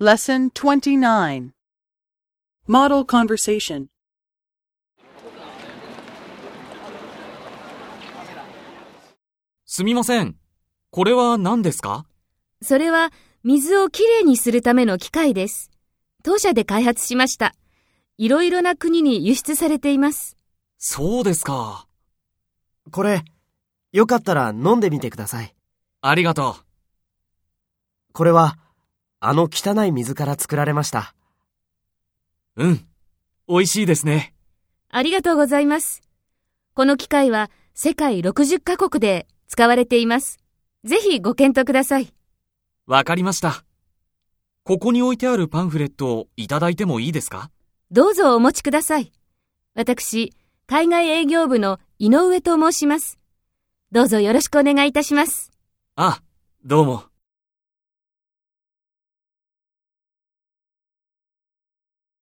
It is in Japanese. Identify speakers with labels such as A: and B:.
A: Lesson 29 Model Conversation
B: すみません。これは何ですか
C: それは水をきれいにするための機械です。当社で開発しました。いろいろな国に輸出されています。
B: そうですか。
D: これ、よかったら飲んでみてください。
B: ありがとう。
D: これは、あの汚い水から作られました。
B: うん。美味しいですね。
C: ありがとうございます。この機械は世界60カ国で使われています。ぜひご検討ください。
B: わかりました。ここに置いてあるパンフレットをいただいてもいいですか
C: どうぞお持ちください。私、海外営業部の井上と申します。どうぞよろしくお願いいたします。
B: あ、どうも。